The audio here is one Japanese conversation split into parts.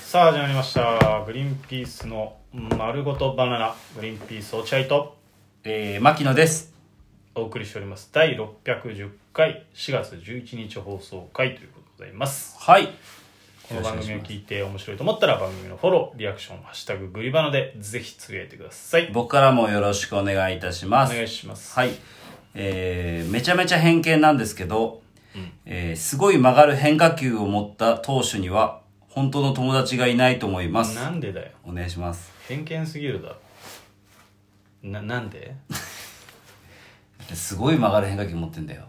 さあ始まりましたグリーンピースの丸ごとバナナグリーンピース落合とえー、牧野です。お送りしております第610回4月11日放送回ということでございますはい。この番組を聞いて面白いと思ったら番組のフォローリアクション「ハッシュタググリバナ」でぜひつぶやいてください僕からもよろしくお願いいたしまおす。願いしますはい。えー、めちゃめちゃ偏見なんですけど、えー、すごい曲がる変化球を持った投手には、本当の友達がいないと思います。なんでだよお願いします。偏見すぎるだろななんでだってすごい曲がる変化球持ってんだよ。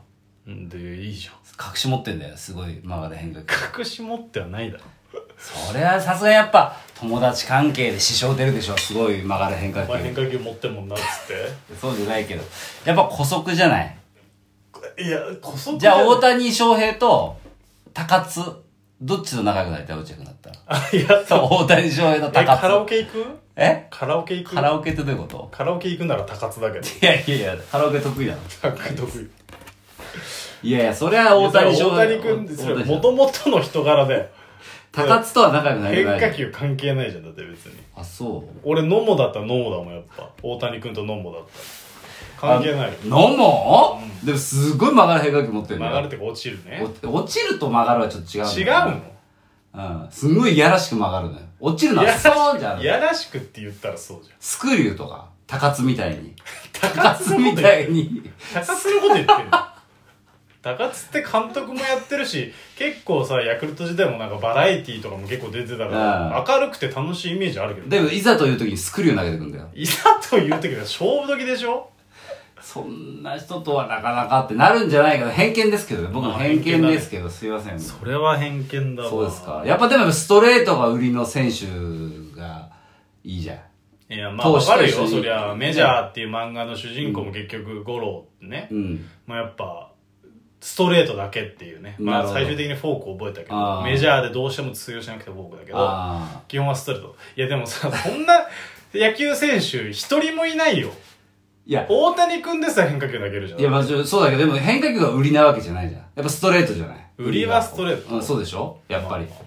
うんでいいじゃん隠し持ってんだよ。すごい曲がる変化球。隠し持ってはないだろそれはさすがやっぱ、友達関係で支障出るでしょ。すごい曲がる変化お前変球。化球持ってんもんなっつっそうじゃないけど。やっぱ古速じゃないていやこそじゃあ、大谷翔平と、高津、どっちと仲良くなりたい落合君だったら。あいやそう、大谷翔平とえカラオ高津。ケ行くえカラオケ行くカラオケってどういうことカラオケ行くなら高津だけ どいやいやいや、カラオケ得意だろ。得意いやいや、それは大谷翔大平。谷君それ大も谷翔平ともとの人柄で高津とは仲良くなり変たい。化球関係ないじゃんだって別にあ、そ。俺野茂だったら野茂だもんやっぱ大谷君と野茂だったら関係ないうのも、でもすごい曲がる変化球持ってるんだ曲よ。がるってか落ちるねお落ちると曲がるはちょっと違う。違うのうん。すごいいやらしく曲がるのよ。落ちるのはそうじゃいん。やらしくって言ったらそうじゃんスクリューとか、高津みたいに。高高津津のみこと言たっていに。高津のこと言ってる高津って監督もやってるし結構さヤクルト時代もなんかバラエティーとかも結構出てたから明るくて楽しいイメージあるけど でも、いざという時にスクリュー投げてくんだよ。いざという時は勝負時でしょそんな人とはなかなかってなるんじゃないかな。偏見ですけどね。僕の偏見ですけど、すいません。そそれは偏見だわうですか。やっぱでもストレートが売りの選手がいいじゃん。いやまあ投わ手かるよとしてそりゃメジャーっていう漫画の主人公も結局五郎ってね、うん。まあ、やっぱストレートだけっていうねまなあるほど最終的にフォークを覚えたけどあーメジャーでどうしても通用しなくてフォークだけどああ。基本はストレートいやでもさそんな野球選手一人もいないよいや、大谷君でさえ変化球投げるじゃんいや、まあ、ちょそうだけど、でも変化球が売りなわけじゃないじゃん。やっぱストレートじゃない。売りはストレートうん、そうでしょやっぱりまあ。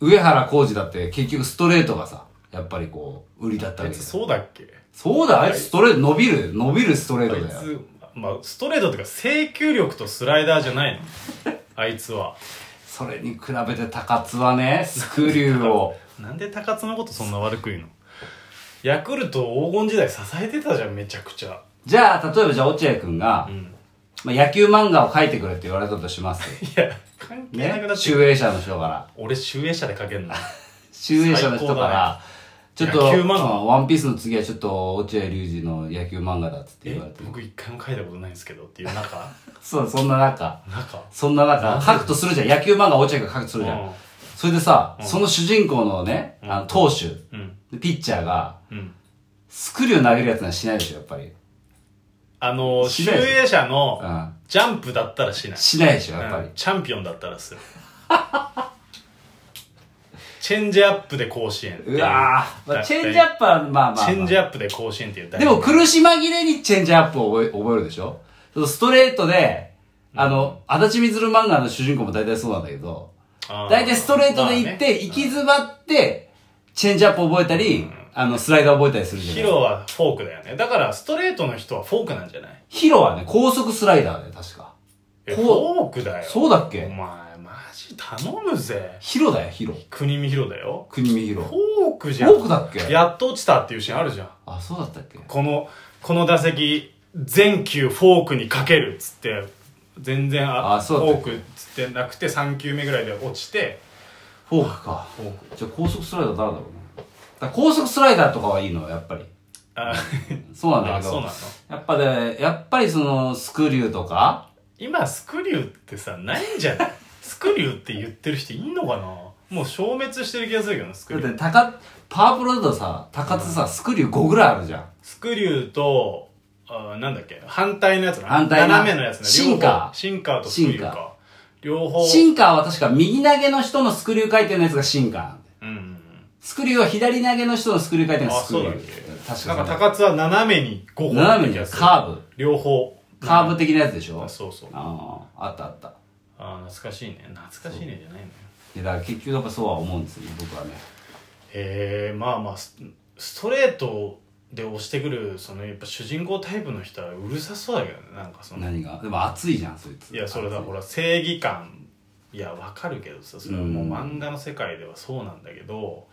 上原浩二だって結局ストレートがさ、やっぱりこう、売りだったわけ別じにゃんそうだっけそうだ、あいつストレート、伸びる、伸びるストレーあいトだよ。つ、まあ、ストレートっていうか制球力とスライダーじゃないのあいつはそれに比べて高津はね、スクリューを。なんで高津のことそんな悪く言うのヤクルト黄金時代支えてたじゃんめちゃくちゃじゃあ、例えばじゃあ落合くんが、うんまあ、野球漫画を描いてくれって言われたとします。い や関係なねくな。って、集英社の人から。俺集英社で書けんな集英社の人最か高だら、ちょっと、野球漫画うんワンピースの次はちょっと、落合隆二の野球漫画だっつってえ 言われて。僕一回も書いたことないんですけどっていう中そう、そんな中、 中そんな中、書くとするじゃん。野球漫画落合が書くとするじゃうんん。それでさ、その主人公のね、あの投手、うんピッチャーが、うんスクリュー投げるやつにはしないでしょ、やっぱり。あのし集ないでしょ英社のうん。ジャンプだったらしないしないでしょ、やっぱりうん。チャンピオンだったらする チェンジアップで甲子園っていううわぁ、まあ、チェンジアップは、まあまあ、まあ。チェンジアップで甲子園っていうでも苦し紛れにチェンジアップを覚え覚えるでしょそうストレートで、あの、足立みずる漫画の主人公も大体そうなんだけど、あ大体ストレートで行まっあて、ね行き詰まって、チェンジアップ覚えたり、あの、スライダー覚えたりするじヒゃないロはフォークだよねだからストレートの人はフォークなんじゃないヒロはね、高速スライダーだよ、確か。えフこォークだよそうだっお前けマジ頼むぜヒロだよ、ヒロ。国見ヒロだよ国見ヒフロ。ォークじゃんフォークだっけやっと落ちたっていうシーンあるじゃんあ、そうだったっけこのこの打席全球フォークにかけるっつって全然ああフそうだったォークっつってなくて3球目ぐらいで落ちてフォークか。フォークじゃあ高速スライダー誰だろうね。だから高速スライダーとかはいいのよ、やっぱり。 あそうなんだあけそうなのど。やっぱね、やっぱりその、スクリューとか、今スクリューってさないんじゃ ないスクリューって言ってる人いんのかなもう消滅してる気がするけどなスクだっリューて高パワープロだとさ高津さ、スクリュー5ぐらいあるじゃんスクリューとあーなんだっけ反対のやつな反対な斜めのやつなシンカーシンカーとスクリューシンカーか両方シンカーは確か右投げの人のスクリュー回転のやつがシンカーなんだようんうんうんスクリューは左投げの人のスクリュー回転あがスクそリうだュっー確けかなんかそう高津は斜めに5本斜めにカーブ両方カーブ的なやつでしょあそうそうあああったあったああ懐かしいね懐かしいねじゃないのよいやだから結局やっぱそうは思うんですよね僕はねへえまあまあスストレートで押してくるそのやっぱ主人公タイプの人はうるさそうだけどねなんかその何がでも熱いじゃんそいついやそれだほらら正義感いやわかるけどさそれはもう漫画の世界ではそうなんだけど、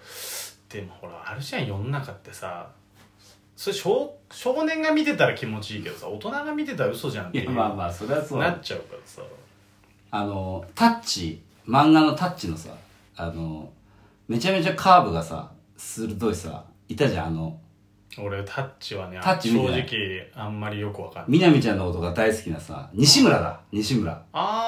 でもほらあるじゃん世の中ってさそれ少少年が見てたら気持ちいいけどさ大人が見てたら嘘じゃんっいていやうまあまあそれはそうなっちゃうからさあのタッチ漫画のタッチのさあのめちゃめちゃカーブがさ鋭いさいたじゃんあの俺タッチはねタッチ見正てない直あんまりよくわかんないみなみちゃんのことが大好きなさ西村だ西村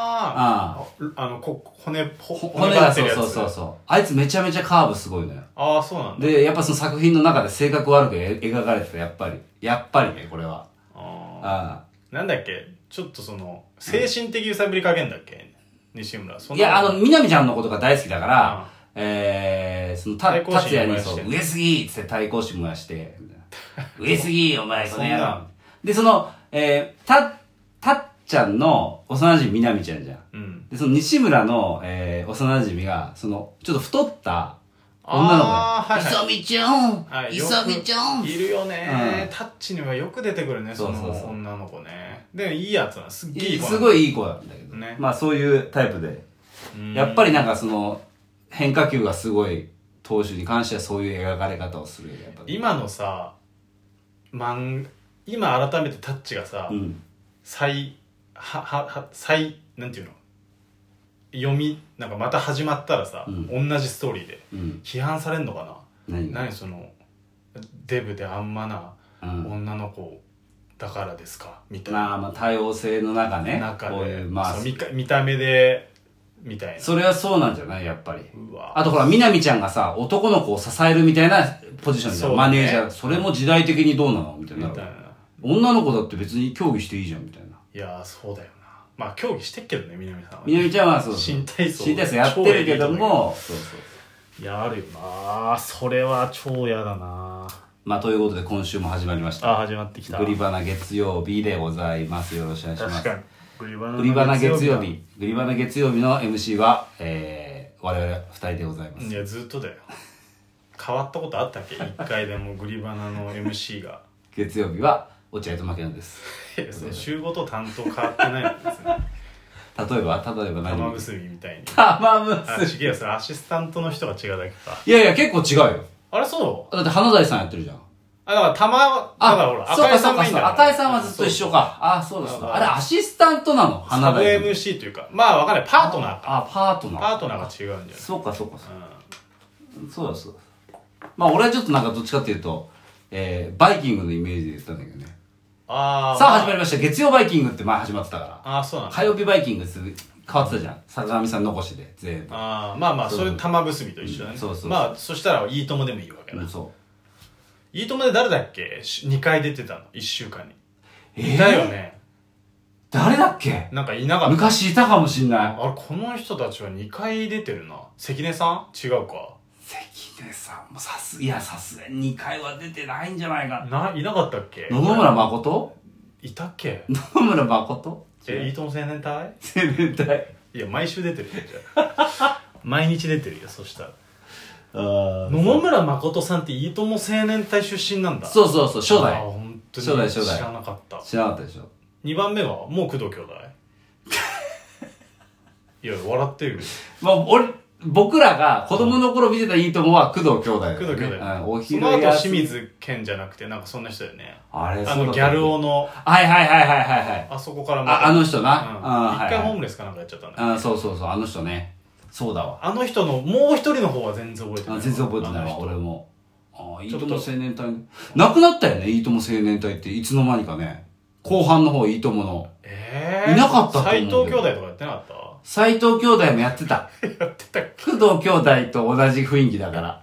あーああのこ骨ほほ骨骨ががってそうるやつそうそうそうあいつめちゃめちゃカーブすごいのよああそうなんだでやっぱその作品の中で性格悪くえ描かれてたやっぱりやっぱりねこれはあああなんだっけちょっとその精神的揺さぶり加減だっけ西村そあんいなやあのみなみちゃんのことが大好きだから、あえー、そのた対抗心達也に燃そやうし「上杉!」っつって対抗心燃 やして「上杉お前この野そん郎な」でそのえー、たたっちゃんの幼馴染みなみちゃんじゃんうんでその西村の、えー、幼馴染みがそのちょっと太った女の子あーはいはいいさみちゃんはいいよくさみちゃんいるよね、うんタッチにはよく出てくるねそそうのそうそう女の子ねでいいやつなんすっげえいい子なすのごいいい子なんだけど、ねまあそういうタイプでうんやっぱりなんかその変化球がすごい投手に関してはそういう描かれ方をするよねやっぱり今のさ漫今改めてタッチがさ、うん、再ははは再なんていうの読みなんかまた始まったらさ、うん同じストーリーでうん、批判されんのかな、何何そのデブであんまなうん女の子だからですかみたいまあまあ多様性の中ねな中こうでいうまあそう見か見た目でみたいなそれはそうなんじゃないやっぱりうわあとほら南ちゃんがさ男の子を支えるみたいなポジションじゃん、そうだマねネージャーそれも時代的にどうなのみたいみなたいな女の子だって別に競技していいじゃんみたいないやーそうだよなまあ競技してっけどね南さんはね、南ちゃんはそうそう新体操新体操やってるけどもそうそういやあるよなそれは超嫌だなまあということで今週も始まりましたあ始まってきたグリバナ月曜日でございます。よろしくお願いします。確かにグリバグリバナ月曜日、グリバナ月曜日の MC は、えー、我々二人でございます。いやずっとだよ変わったことあったっけ一回でもグリバナの MC が月曜日は、落合と牧野です。 いやその週ごと担当変わってない の別に例えば、例えば玉何結びみたい に玉結あび。違うよそれアシスタントの人が違うだけかいやいや、結構違うよ。あれそうだって、花大さんやってるじゃん。あだから玉だからほらそう赤か井そさうんもかいいんそだかう。ら赤井さんはずっと一緒か。あ、そうだそうだ。あれ、アシスタントなのサ花ブ大さん。 MC というかまあ分かんないパートナーかあ、パートナパー。ートナーが違うんじゃそうかそうかそうか。ないそうだそうだ。まあ俺はちょっとなんかどっちかっていうと、えー、バイキングのイメージで言ったんだけどね。ああさあ始まりました。月曜バイキングって前始まってたから。ああそうなんだ火曜日バイキングすぐ変わってたじゃん。坂上さん残しで、全部。ああまあまあそれ玉結びと一緒だね、うんそうそうそうまあそしたらいいともでもいいわけだ、いうん、そう。いともで誰だっけ2回出てたの1週間に、えーいたよね誰だっけなんかいなかった昔いたかもしんない。あれこの人たちは2回出てるな関根さん違うか関根さんもさす、いやさすがに2回は出てないんじゃないかないなかったっけな。野々村誠いたっけ野々村誠えいいとも青年隊全然体。いや毎週出てるよじゃ あ毎日出てるよそしたらあ野々村誠さんっていいとも青年隊出身なんだそうそうそう、初あー。代本当に初代初代知らなかった知らなかったでしょ。 2番目はもう工藤 兄弟いや笑ってるよまあ、俺、僕らが子供の頃見てたいいともは工藤兄弟だよ、ね。工藤兄弟うん、おそ昼の後休清み。水健じゃなくてなんかそんな人だよねあれ、あそうだのったギャル男のはいはいはいはいはいはい。あそこからまあ、たあの人な。うん一あー回はホいーはいムレスかなんかやっちゃったんだあーそうそうそう、あの人ね。そうだわ。あの人のもう一人の方は全然覚えてなあい全然覚えてないあわ、の人俺も。ああ、いいちょっととも青年隊。なくなったよね、いいとも青年隊って。いつの間にかね。後半の方、いいともの。ええいなかったと思う斎藤兄弟とかやってなかった斎藤兄弟もやってた。やってたっ工藤兄弟と同じ雰囲気 だから。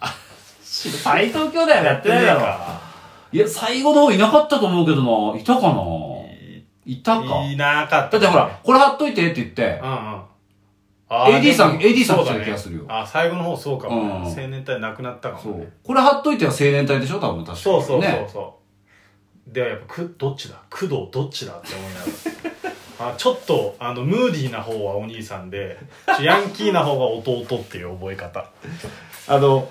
斎藤兄弟はけやってないだろ。いや、最後の方いなかったと思うけどな。いたかないいたか。いなかっただってほら、これ貼っといてって言ってう、んうんあー AD さんでも AD さんそうだ来た気がするよあ最後の方そうかもねうん青年隊なくなったかそもねう。これ貼っといては青年隊でしょ多分確かに。そうそうそうね。そう。で、やっぱ、く、どっちだ工藤どっちだって思いなが あちょっとあのムーディーな方はお兄さんでヤンキーな方が弟っていう覚え方あの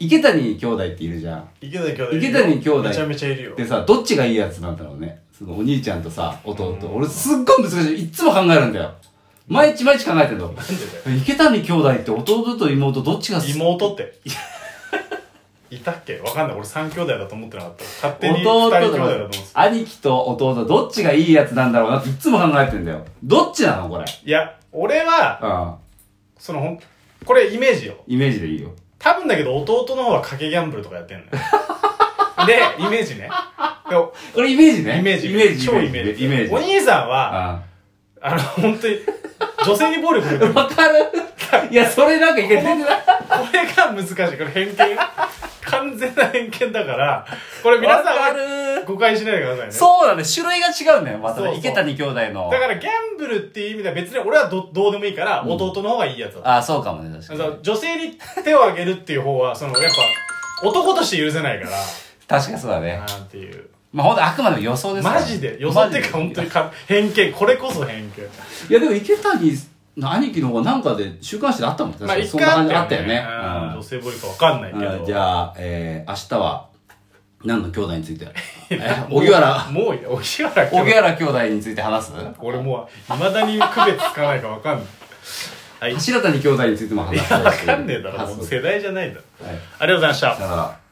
池谷兄弟っているじゃん池谷兄弟池谷兄弟めちゃめちゃいるよでさどっちがいいやつなんだろうねそのお兄ちゃんとさ弟、俺すっごい難しいいっつも考えるんだよ毎日毎日考えてるのなんでだよ池谷兄弟って弟と妹どっちが好き妹 っていたっけわかんない俺3兄弟だと思ってなかった勝手に2弟人兄弟だと思とってた兄貴と弟どっちがいいやつなんだろうなっていっつも考えてんだよどっちなのこれいや俺はうそのほんこれイメージよんイメージでいいよ多分だけど弟の方は賭けギャンブルとかやってんのよでイメージねでこれイメージねイメージイメージ超イメージイメージお兄さんはああの本当に女性に暴力振るってあるわかるいやそれなんかいけてるなこれが難しい。これ偏見。完全な偏見だから、これ皆さんわかるは誤解しないでくださいね。そうだね種類が違うんだよまたそうねそう池谷兄弟のだからギャンブルっていう意味では別に俺はどどうでもいいから、弟の方がいいやつだ。ああそうかもね確だかかにら女性に手を挙げるっていう方は、そのやっぱ男として許せないから、確かにそうだねあーっていう。まあ本当あくまでも予想ですからマジで予想っていうかマ本ジ当でにか偏見。これこそ偏見。いやでも池谷の兄貴の方がなんかで週刊誌であったもんねまあ一そんな感回じああっったよたよね。ねうん女性ボリかわかんないけうんうど。んじゃあ、えー、明日は何の兄弟についてえ もう荻原もういいよ、荻原荻原兄弟について話す俺もう、未だに区別つかないかわかんない。はい。柱谷兄弟についても話いしたや、いわしかんねえだろ。話もうす世代じゃないだろ。はあいりがとうございましただ。から